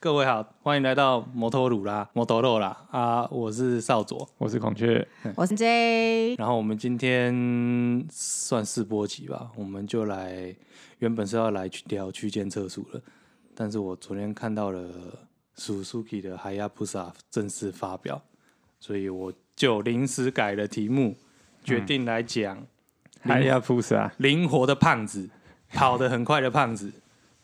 各位好，欢迎来到摩托鲁啦、摩托罗啦啊！我是少佐，我是孔雀， 我是 J，然后我们今天算试播集吧，我们就来，原本是要来去聊区间测速的，但是我昨天看到了 Suzuki 的 Hayabusa 正式发表，所以我就临时改了题目，决定来讲海亚普萨，灵活的胖子，跑得很快的胖子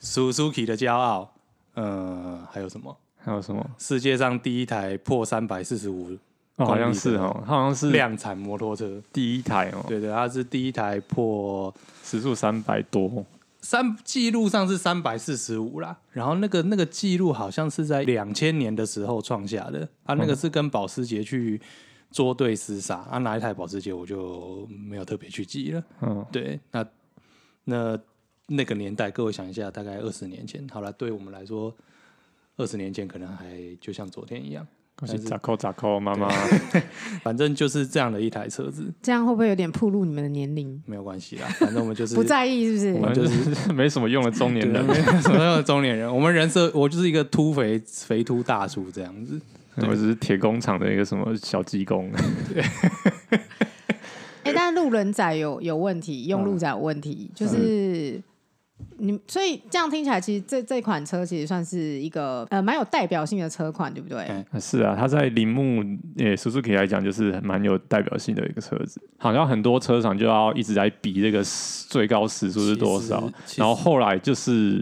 ，Suzuki 的骄傲，呃，还有什么？还有什么？世界上第一台破三百四十五哦，好公像里是的哦，它好像是量产摩托车，第一台哦，对对，它是第一台破时速三百多，三记录上是三百四十五啦，然后那个那个记录好像是在两千年的时候创下的，啊，那个是跟保时捷去捉对厮杀，啊，哪一台保时捷我就没有特别去记了。嗯，对，那那那个年代，各位想一下，大概二十年前，好了，对我们来说，二十年前可能还就像昨天一样，恭喜但是咋扣咋扣，妈妈，反正就是这样的一台车子，这样会不会有点暴露你们的年龄？没有关系啦， 反正我们就是不在意是不我是？们就是 没什么用的中年对，人，没 什么样的中年人，我们人设我就是一个秃肥肥秃大叔这样子。我只是铁工厂的一个什么小技工，哎、但路人仔有有问题，用路仔有问嗯题，就是你，所以这样听起来，其实这这款车其实算是一个呃蛮有代表性的车款，对不对？嗯是啊，它在铃木诶 Suzuki 来讲，就是蛮有代表性的一个车子。好像很多车厂就要一直在比这个时最高时速是多少其实，其实然后后来就是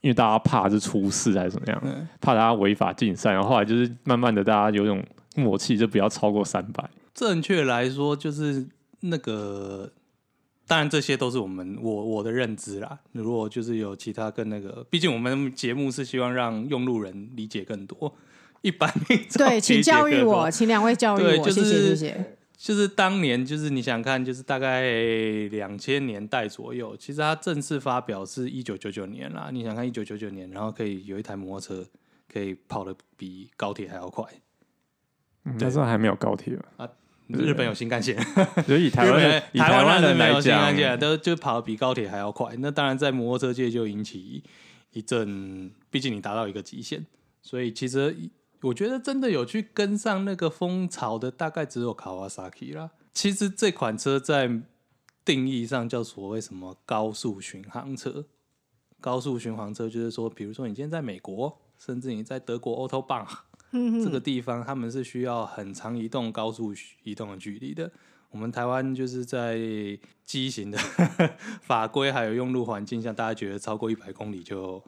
因为大家怕是出事还是怎么样，嗯怕大家违法竞赛，然后后来就是慢慢的大家有种默契，就不要超过三百。正确来说，就是那个，当然这些都是我们我我的认知啦。如果就是有其他跟那个，毕竟我们节目是希望让用路人理解更多，一般民众对，请理解教育更 多我，请两位教育对我，就是谢谢谢谢。就是当年，就是你想看，就是大概两千年代左右，其实它正式发表是一九九九年啦。你想看一九九九年，然后可以有一台摩托车可以跑得比高铁还要快。嗯那时候还没有高铁吧，日本有新干线，所以 以台湾人以台台湾人是人没来有新讲干，线，都就跑得比高铁还要快。那当然，在摩托车界就引起一阵，毕竟你达到一个极限，所以其实我觉得真的有去跟上那个风潮的，大概只有卡瓦萨 a 啦。其实这款车在定义上叫所谓什么高速巡航车。高速巡航车就是说，比如说你今天在美国，甚至你在德国 Autobahn 嗯这个地方，他们是需要很长移动、高速移动的距离的。我们台湾就是在畸形的 法规还有用路环境下，大家觉得超过一百公里就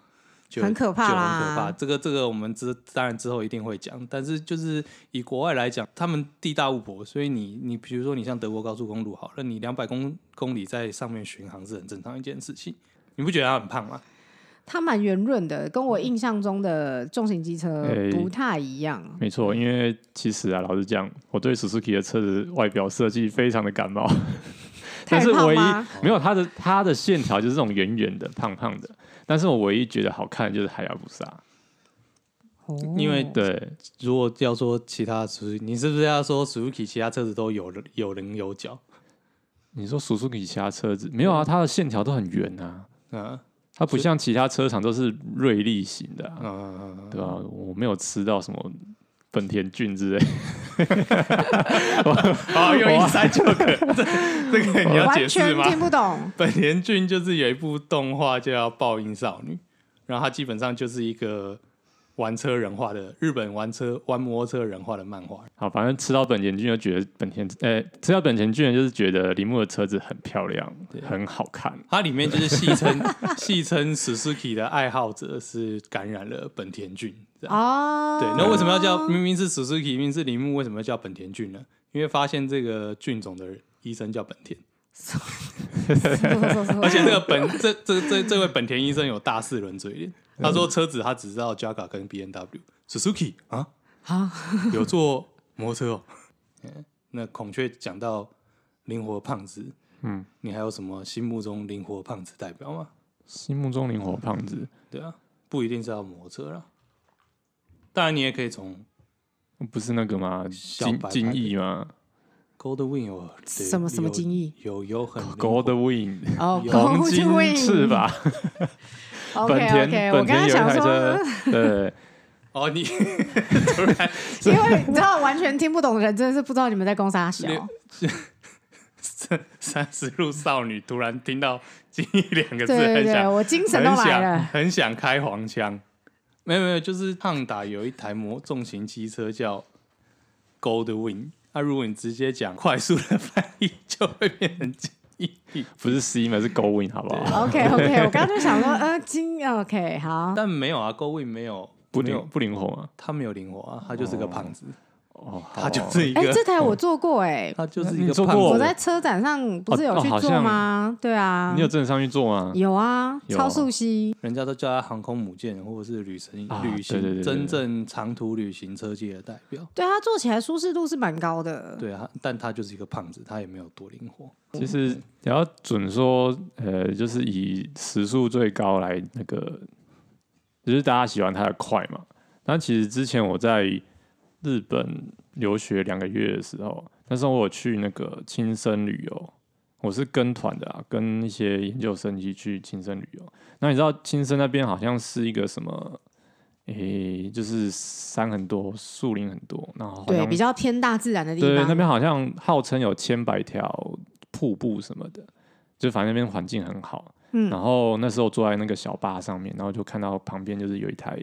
就很可怕啊就很啦可怕。这个这个我们之当然之后一定会讲，但是就是以国外来讲，他们地大物博，所以你你比如说你像德国高速公路好了，你两百公公里在上面巡航是很正常一件事情。你不觉得它很胖吗？它蛮圆润的，跟我印象中的重型机车嗯哎不太一样。没错，因为其实啊，老实讲，我对 Suzuki 的车子外表设计非常的感冒，但是胖唯一吗没有它的它的线条就是这种圆圆的、胖胖的，但是我唯一觉得好看的就是海亚布萨，哦因为对，如果要说其他 Suzuki，你是不是要说 Suzuki 其他车子都有有棱有角？你说 Suzuki 其他车子没有啊，它的线条都很圆啊，嗯它不像其他车厂都是锐利型的、啊，嗯，对吧、我没有吃到什么本田俊之类 的，好， 用一三九个，这这 个你要解完释全吗？听不懂。本田俊就是有一部动画叫《爆音少女》，然后它基本上就是一个玩车人化的日本玩车玩摩托车人化的漫画。好，反正吃到本田俊就觉得本田，呃、吃到本田俊就是觉得铃木的车子很漂亮，很好看。它里面就是戏称 戏称 Suzuki 的爱好者是感染了本田俊，这样哦， 对，那为什么要叫明明是 Suzuki，明明是铃木，为什么要叫本田俊呢？因为发现这个俊种的医生叫本田，而而且这个本 这这这这位本田医生有大四轮嘴脸，他说车子他只知道 Jaga 跟 B N W Suzuki 啊啊， 有坐摩托车哦。 嗯那孔雀讲到灵活胖子，嗯，你还有什么心目中灵活胖子代表吗？心目中灵活胖子，对啊，不一定是要摩托车啦，当然你也可以从不是那个吗？小金白牌金的翼吗 Gold Wing 有对什么什么有精益有有很灵活？Gold Wing，哦，黄金翅是吧？膀。 OK 本 OK，田我本田刚刚有一想台说车，对，哦，你 因为你知道完全听不懂的人，真的是不知道你们在攻啥小。六三十路少女突然听到“记忆”两个字，对对很对，想我精神都很来想了。很想开黄腔。没有没有，就是胖达有一台摩重型机车叫 Goldwing，那、如果你直接讲快速的翻译，就会变成记忆。不是 C 嘛，是 Going 好不好？ OK OK，我刚刚就想说，呃，精 OK 好，但没有啊，Goldwing 没有不没有灵不灵活啊！他没有灵活啊，他就是个胖子，哦，好他就是一个，哎，这台我坐过哎，他就是你一个做胖过子。我在车展上不是有哦哦去哦好坐像吗？对啊你，有真的上去做吗？有啊，有超速吸，人家都叫他航空母舰，或者是旅行、啊旅行对对对对真正长途旅行车界的代表。对它坐起来舒适度是蛮高的。对啊，但他就是一个胖子，他也没有多灵活。其实你要准说，呃，就是以时速最高来那个，就是大家喜欢它的快嘛。那其实之前我在日本留学两个月的时候，那时候我有去那个亲身旅游，我是跟团的啊，跟一些研究生一起去亲身旅游。那你知道亲身那边好像是一个什么？诶、就是山很多，树林很多，然后好对，像比较偏大自然的地对，那方。边好像号称有千百条瀑布什么的，就反正那边环境很好。嗯然后那时候坐在那个小巴上面，然后就看到旁边就是有一台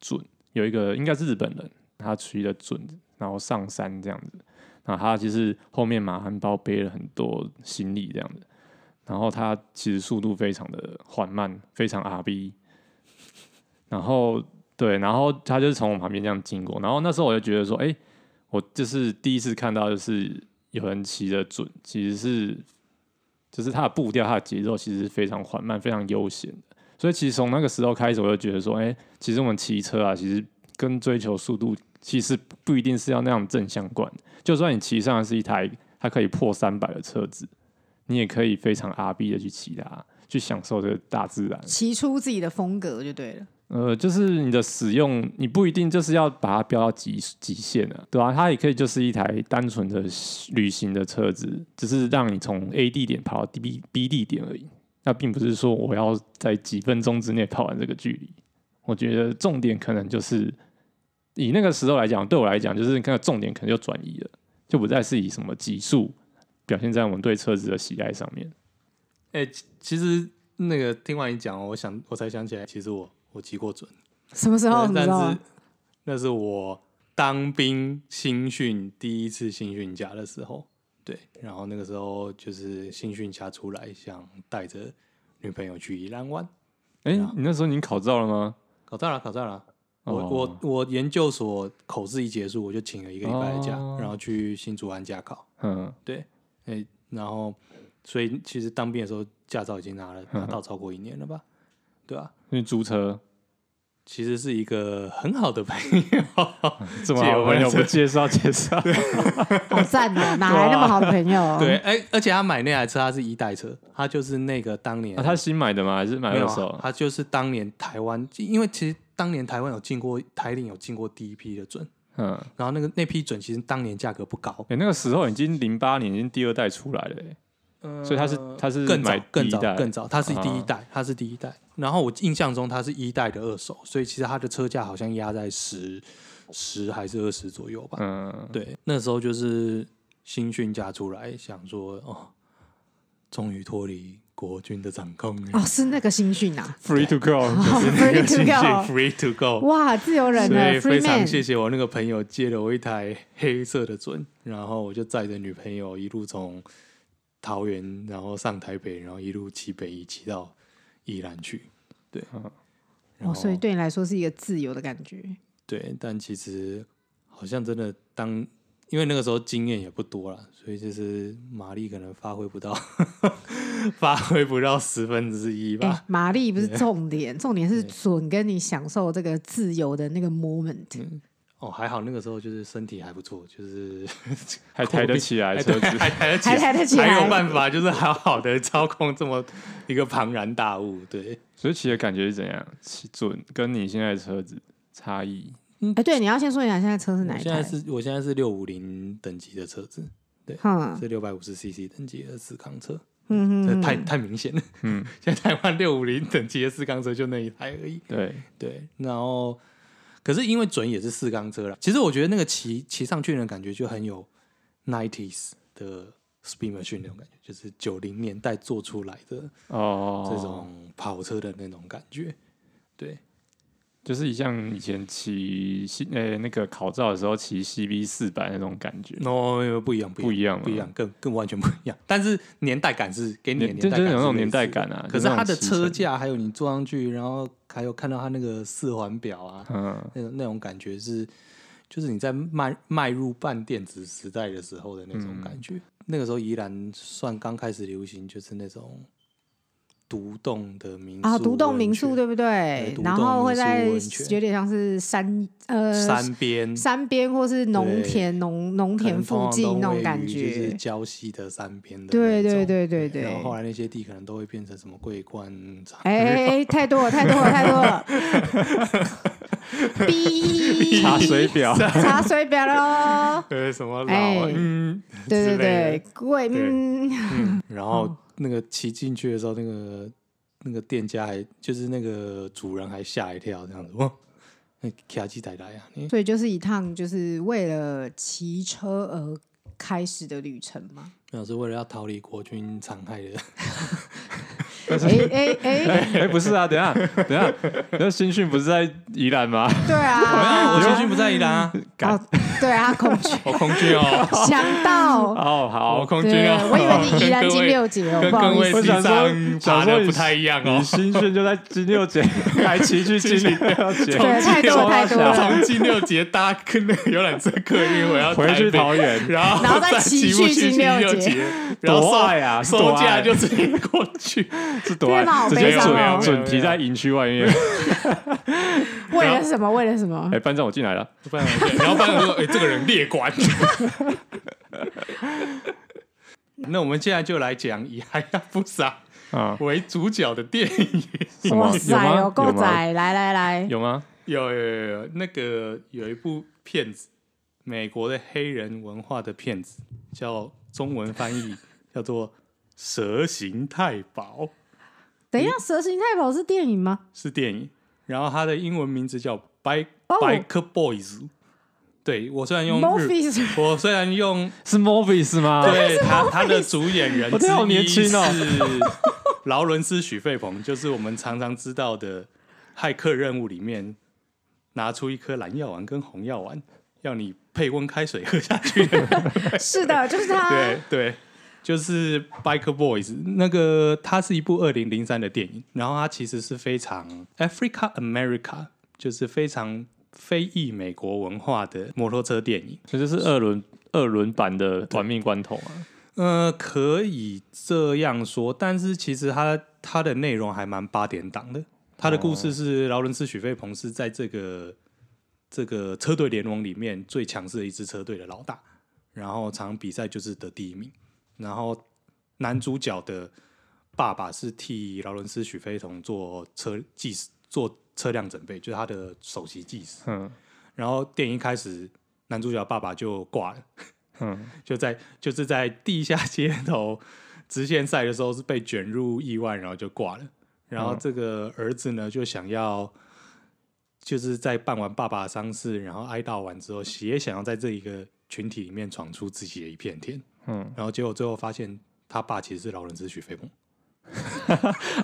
准，有一个应该是日本人，他骑的准，然后上山这样子。然后他其实后面马汉包背了很多行李这样子，然后他其实速度非常的缓慢，非常 RB。然后对，然后他就是从我旁边这样经过，然后那时候我就觉得说，哎、我就是第一次看到，就是有人骑的准，其实是就是他的步调、他的节奏其实是非常缓慢、非常悠闲的。所以其实从那个时候开始，我就觉得说，哎、其实我们骑车啊，其实跟追求速度其实不一定是要那样正相关。就算你骑上的是一台它可以破三百的车子，你也可以非常 R B 的去骑它，去享受这个大自然。骑出自己的风格就对了。呃，就是你的使用，你不一定就是要把它飙到极极限啊，对吧、它也可以就是一台单纯的旅行的车子，只是让你从 A 地点跑到 B B 地点而已。那并不是说我要在几分钟之内跑完这个距离。我觉得重点可能就是以那个时候来讲，对我来讲，就是看重点可能就转移了，就不再是以什么级数表现在我们对车子的喜爱上面。哎、其其实那个听完你讲，我想我才想起来，其实我我骑过准，什么时哦候你但知道是吗？那是我当兵新训第一次新训假的时候，对，然后那个时候就是新训假出来，想带着女朋友去宜兰湾，哎、你那时候你考照了吗？考到了，考到了。啊我、哦我我研究所口试一结束，我就请了一个礼拜的假，哦然后去新竹安驾考。嗯，对，哎、然后所以其实当兵的时候驾照已经拿了，嗯拿到超过一年了吧？对啊，你租车。其实是一个很好的朋友。 这借我朋友这不介绍介绍？好赞哦，哪来那么好的朋 友？对，，啊哎、而且他买那台车，他是一代车，他就是那个当年、啊、他新买的吗？还是买没有二啊手？他就是当年台湾，因为其实当年台湾有进过台领有进过第一批的准，嗯，然后那个那批准其实当年价格不高哎、，那个时候已经零八年，已经第二代出来了、欸，所以他是他是呃更买早第更一早代，更早，它是第一啊代，它是第一代。然后我印象中它是一代的二手，所以其实它的车价好像压在十十还是二十左右吧。嗯，对，那时候就是新训假出来，想说哦，终于脱离国军的掌控了、哦，是那个新讯啊，Free to go，哦，Free 新训 to free to go， go。 哇，自由人所以的非 Free 常 Man，谢谢我那个朋友借了我一台黑色的准，然后我就载着女朋友一路从桃园，然后上台北，然后一路骑北移骑到宜兰去。对，嗯然后哦，所以对你来说是一个自由的感觉。对，但其实好像真的当，因为那个时候经验也不多了，所以就是马力可能发挥不到， 发挥不到十分之一哎、吧。玛丽不是重点，重点是准跟你享受这个自由的嗯那个 moment。哦，还好那个时候就是身体还不错，就是还抬得起来还车对子，还抬得起 还抬得起来还有办法就是好好的操控这么一个庞然大物。对，所以骑的感觉是怎样？骑准跟你现在的车子差异？哎、对，你要先说一下现在车是哪我一现在台？是我现在是六五零等级的车子，哼，是六百五十 CC 等级的四缸车。嗯这哼，太太明显了。嗯 嗯，现在台湾六五零等级的四缸车就那一台而已。对，对，然后可是因为准也是四缸车啦，其实我觉得那个骑骑上去的感觉就很有 nineties 的 speed machine 那种感觉，就是九零年代做出来的哦，嗯这种跑车的那种感觉。对，就是像以前骑西呃、那个考照的时候骑 CB 四百那种感觉，哦，不一样，不不一样，一样啊吗，不一样，更更完全不一样。但是年代感是给你的年，年就代就是感，有那种年代。感啊。可就是那种它的骑乘车，架，还有你坐上去，然后还有看到它那个四环表啊，嗯，那种那种感觉是，就是你在迈迈入半电子时代的时候的那种感觉。那个时候宜兰算刚开始流行，就是那种独栋的民宿啊，独栋民宿温对不对对？独然栋后民会宿在温泉有点像是山呃泉山边山边或是农对田农农可田能附通常近都那种位感于就是觉，礁溪的山边的那对对种对对对。然后后来那些地可能都会变成什么桂冠厂， 哎哎，哎太多了，太多了，太多了。逼查水表， 查水表喽，呃，什么老哎嗯，对对之类对的，贵对嗯， 然后那个骑进去的时候，那个那个店家还就是那个主人还吓一跳，这样子，哇，那卡机仔来啊，你所以就是一趟就是为了骑车而开始的旅程嘛。那是为了要逃离国军残害的，哎哎哎， 哎、不是啊，等一下等一下，那新训不是在宜兰 吗？对没啊，有，我新训不在宜兰 啊，干哦，对啊，恐惧我空军哦，想 到，哦，我好，空军对，哦， 我以为你宜兰金六姐哦，跟不好各意位思，地我想说上爬想说的你不太一样哦你，新训就在金六节，还骑去金六 节，对，啊太多了太多了。从金六节搭跟那个游览车客运回到回去台北桃园然后然后再骑骑不去去金六六街节，然后多收爱啊是收多假爱就直接过去，是多爱天哪好啊直悲接伤准哦准提在营区外面。为了什么？为了什么哎、？班长，我进来了。班长 对然后班长说：“哎、这个人列管。” 那我们现在就来讲以海亚布萨啊，为主角的电影。什么哇塞，有有吗？够有吗？窄！来来来，有吗？有有有有，那个有一部片子，美国的黑人文化的片子，叫中文翻译叫做《蛇形太保》，等一下，《蛇形太保》是电影吗？是电影。然后它的英文名字叫 Bike 哦 Bike Boys。对我虽然用 m o r 日， p h 我虽然用是 Morpheus 吗？对他，他的主演人啊我之真的好一年轻哦是劳伦斯·许费鹏，就是我们常常知道的《骇客任务》里面拿出一颗蓝药丸跟红药丸，要你配温开水喝下去的。是的，就是 他对。对，就是《Biker Boys》那个，它是一部二零零三的电影，然后它其实是非常 Africa America，就是非常非裔美国文化的摩托车电影。这就是二轮二轮版的玩命关头啊。呃，可以这样说，但是其实它它的内容还蛮八点档的。它的故事是劳伦斯·许费鹏是在这个这个车队联盟里面最强势的一支车队的老大，然后场比赛就是得第一名。然后男主角的爸爸是替劳伦斯·许飞鹏做车技师，做车辆准备，就是他的首席技师。嗯然后电影一开始，男主角爸爸就挂了。嗯， 就在就是在地下街头直线赛的时候是被卷入意外，然后就挂了。然后这个儿子呢，就想要就是在办完爸爸的丧事，然后哀悼完之后，也想要在这一个群体里面闯出自己的一片天。嗯，然后结果最后发现他爸其实是劳伦斯·许飞鹏。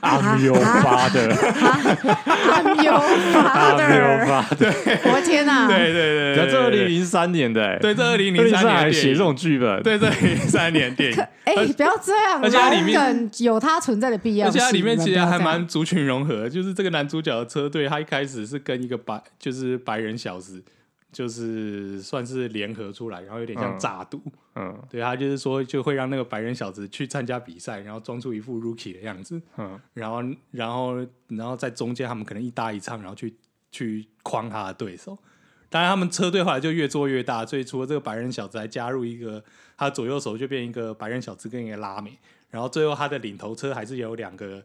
阿米欧巴的， I'm your 阿米欧 father！巴的，我天哪！对对这二零零三年的、欸，对， 这二零零2003三还年写这种剧本，，对这零三年电影， 哎，不要这样，而且它里面老梗有它存在的必要而性。且它里面其你实们不还要这样蛮族群融合的，就是这个男主角的车队，他一开始是跟一个白，就是白人小子，就是算是联合出来，然后有点像嗯诈赌，嗯对他就是说就会让那个白人小子去参加比赛，然后装出一副 rookie 的样子，嗯，然后然后然后在中间他们可能一搭一唱，然后去去框他的对手。当然，他们车队后来就越做越大，所以除了这个白人小子，还加入一个他左右手就变一个白人小子跟一个拉美，然后最后他的领头车还是有两个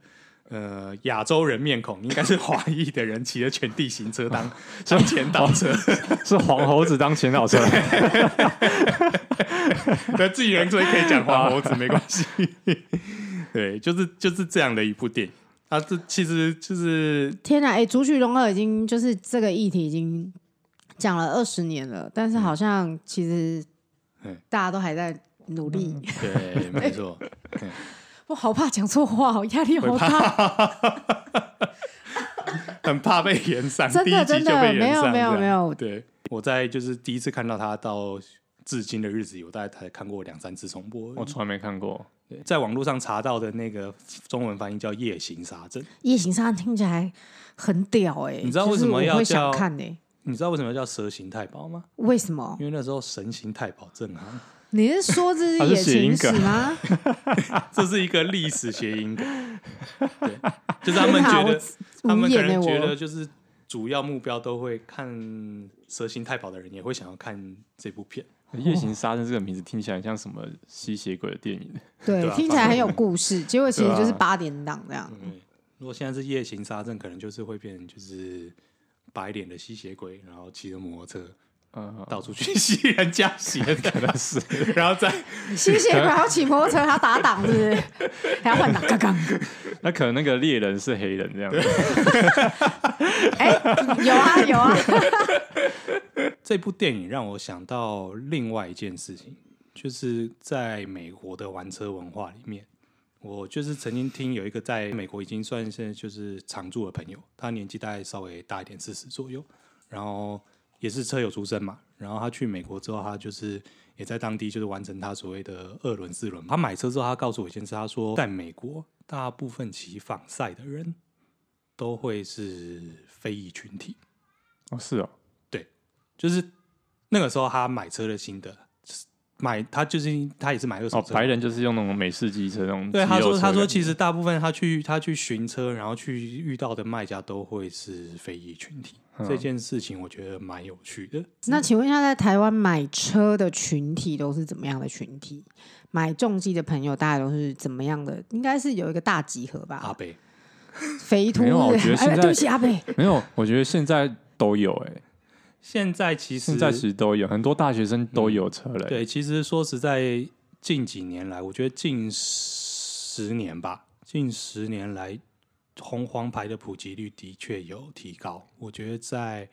呃亚洲人面孔，应该是华裔的人骑着全地形车当当前导车， 是黄猴子当前导车， 那自己人所以可以讲黄猴子没关 系。对，就是就是这样的一部电影。啊，这其实就是天哪！哎，族群融合已经就是这个议题已经讲了二十年了，但是好像其实嗯大家都还在努力。对，哎没错， 我好怕讲错话哦，压力好大， 很怕被延上，真第一的集真就被延的没有上没有这样没有，对，我在就是第一次看到他到至今的日子里，我大概才看过两三次重播而我哦已。从来没看过。对在网络上查到的那个中文翻译叫《夜行杀阵》，夜行杀听起来很屌哎、你知道就是为什么要我会叫想看呢、你知道为什么叫蛇形太保吗？为什么？因为那时候神行太保正行，你是说这他是是野谐音情梗史吗？这是一个历史谐音梗。对， 就是他们 天哪觉我得，他无们可言呢、欸能觉得我就是主要目标都会看蛇形太保的人也会想要看这部片。夜行杀阵这个名字听起来像什么吸血鬼的电 影，对对啊听起来很有故事，结果其实对啊就是八点档这样。嗯，如果现在是夜行杀阵，可能就是会变成就是白脸的吸血鬼，然后骑着摩托车呃，到处去 吸人家血，可能是，然后再吸血鬼还要骑摩托车，还要打档，是不是？还要换挡，刚刚。那可能那个猎人是黑人这样子。哎、有啊有啊， 这部电影让我想到另外一件事情，就是在美国的玩车文化里面，我就是曾经听有一个在美国已经算是就是常住的朋友，他年纪大概稍微大一点，四十左右，然后也是车友出身嘛，然后他去美国之后，他就是也在当地就是完成他所谓的二轮四轮。他买车之后，他告诉我一件事，他说在美国大部分骑仿赛的人都会是非裔群体。哦，是哦，就是那个时候他买车的心得，买他就是他也是买二手哦，车，白人就是用那种美式机车那种肌肉对车感他觉。说他说其实大部分他去他去寻车，然后去遇到的卖家都会是非裔群体，这件事情我觉得蛮有趣的。那请问一下，在台湾买车的群体都是怎么样的群体？买重机的朋友大概都是怎么样的？应该是有一个大集合吧？阿贝，肥秃啊没有啊我是觉得不是，现在哎，对不起，阿北，没有，我觉得现在都有哎、现在其实现在其实都有很多大学生都有车了、欸。嗯对，其实说实在，近几年来，我觉得近十年吧，近十年来，红黄牌的普及率的确有提高。我觉得在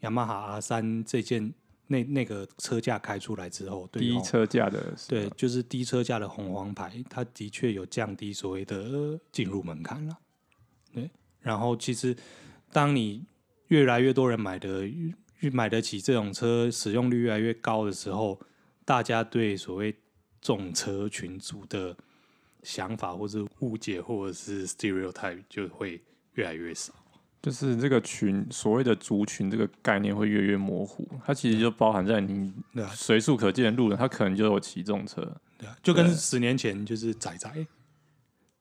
雅马哈 R 三这件那那个车架开出来之后，对于低红车价的时候哦对，就是低车价的红黄牌，它的确有降低所谓的呃进入门槛了。对，然后其实当你越来越多人买的越买得起这种车，使用率越来越高的时候，大家对所谓重车群族的想法，或是误解，或者是 stereotype 就会越来越少。就是这个群所谓的族群这个概念会越来越模糊，它其实就包含在你对啊随处可见的路人，他可能就有骑重车。对啊，就跟十年前就是仔仔，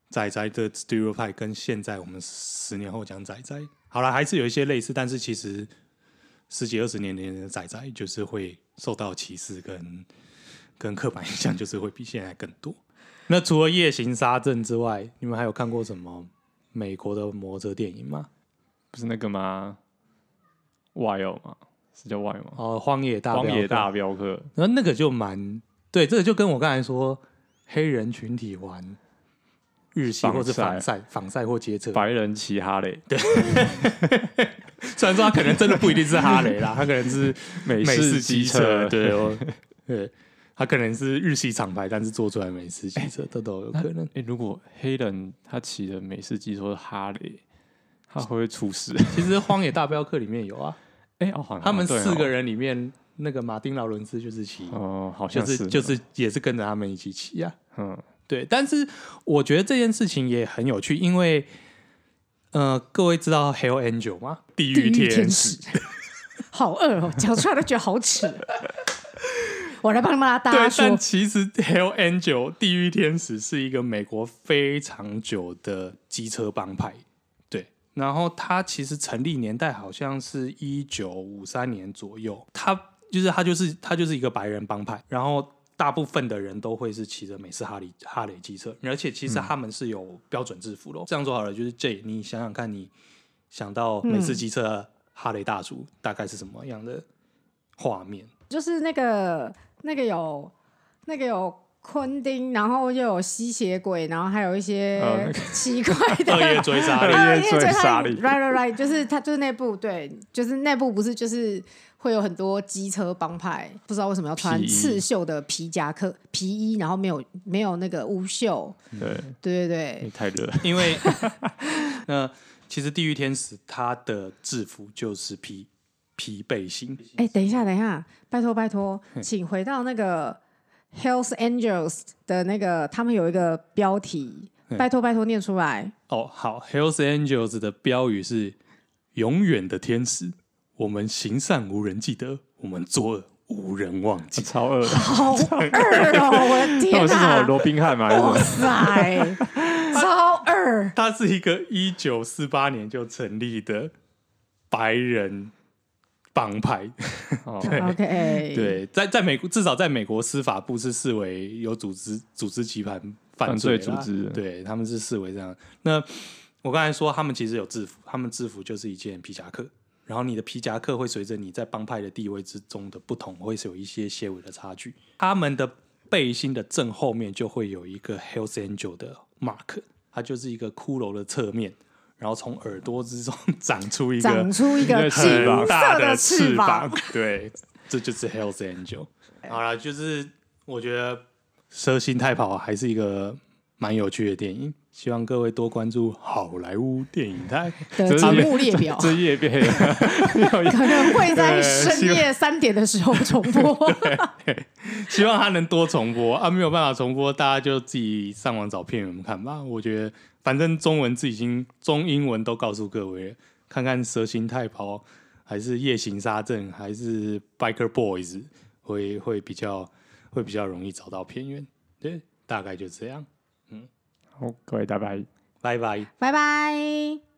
仔仔的 stereotype 跟现在我们十年后讲仔仔，好了，还是有一些类似，但是其实十几二十年前的仔仔就是会受到歧视跟 跟刻板印象，就是会比现在更多。那除了夜行杀阵之外，你们还有看过什么美国的摩托车电影吗？不是那个吗？Wild 吗？是叫 Wild 吗？哦，荒野大荒野大镖客，镖客，然后那个就蛮对，这个就跟我刚才说黑人群体玩日系或是仿仿赛、仿赛或街车，白人骑哈雷， 虽然说他可能真的不一定是哈雷 啦，他可能是美美式机机车，对哦，对，他可能是日系厂牌，但是做出来美式机 车，这都有可能。哎、如果黑人他骑的美式机车是哈雷，他会不会出事？其实《荒野大镖客》里面有 啊，哎、哦，好像他们对哦四个人里面，那个马丁劳伦斯就是骑，哦，好就像是就是也是跟着他们一起骑啊。嗯，对，但是我觉得这件事情也很有趣，因为呃，各位知道 Hell Angel 吗？地地狱狱天天使使。， 好饿哦，讲出来都觉得 好耻。我来帮大对家，说但，其实 Hell Angel 地狱天使是一个美国非常久的机车帮派，对。然后它其实成立年代好像是一九五三年左右，它就是它就是它就是一个白人帮派，然后大部分的人都会是骑着美式哈雷哈雷机车，而且其嗯实他们是有标准制服的哦、这样说好了，就是 J，你想想看，你想到嗯美式机车哈雷大叔大概是什么样的画面？ 就是那个那个有那个有昆汀，然后又有吸血鬼，然后还有一呃那个些奇怪的二月 追杀令，啊，二因夜为追最杀他令，right right right，就是他就是那部，对，就是那部不是就是会有很多机车帮派，不知道为什么要穿皮衣刺绣的皮夹克、皮衣，然后没有没有那个无袖，嗯对，对对因为对，太热了，因为那其实地狱天使他的制服就是披披背心，哎、等一下等一下，拜托拜托，请回到那个 Hells Angels 的那个，他们有一个标题，拜托拜托念出来，哦，好，Hells Angels 的标语是“永远的天使”，我们行善无人记得，我们作恶无人忘 记。超饿的。好二哦，我 的那天我是什么哪、罗宾汉嘛？还是 什哇么？塞，超二。它是一个一九四八年就成立的白人帮派， 哦 OK，，对，在在美国，至少在美国司法部是视为有组织组织集团犯犯罪啦组织对他们是视为这样。那我刚才说，他们其实有制服，他们制服就是一件皮夹克，然后你的皮夹克会随着你在帮派的地位之中的不同，会是有一些些微的差距。他们的背心的正后面就会有一个 Hells Angel 的 mark，它就是一个骷髅的侧面。然后从耳朵之中 长出一个长出一个一个金翅膀色金大的翅膀。，对，这就是 Hell's Angel。好啦，就是我觉得《蛇形太跑》还是一个蛮有趣的电影，希望各位多关注好莱坞电影台。的节目列表，这页变要可能会在对希深望夜三点的时候重播。希望它能多重播啊，没有办法重播，大家就自己上网找片源看吧。我觉得反正中文字已经中英文都告诉各位了，看看《蛇形太跑》还是《夜行沙阵》还是《Biker Boys》会会比较会比较容易找到片源。对，大概就这样，好，各位拜拜。拜拜。拜拜。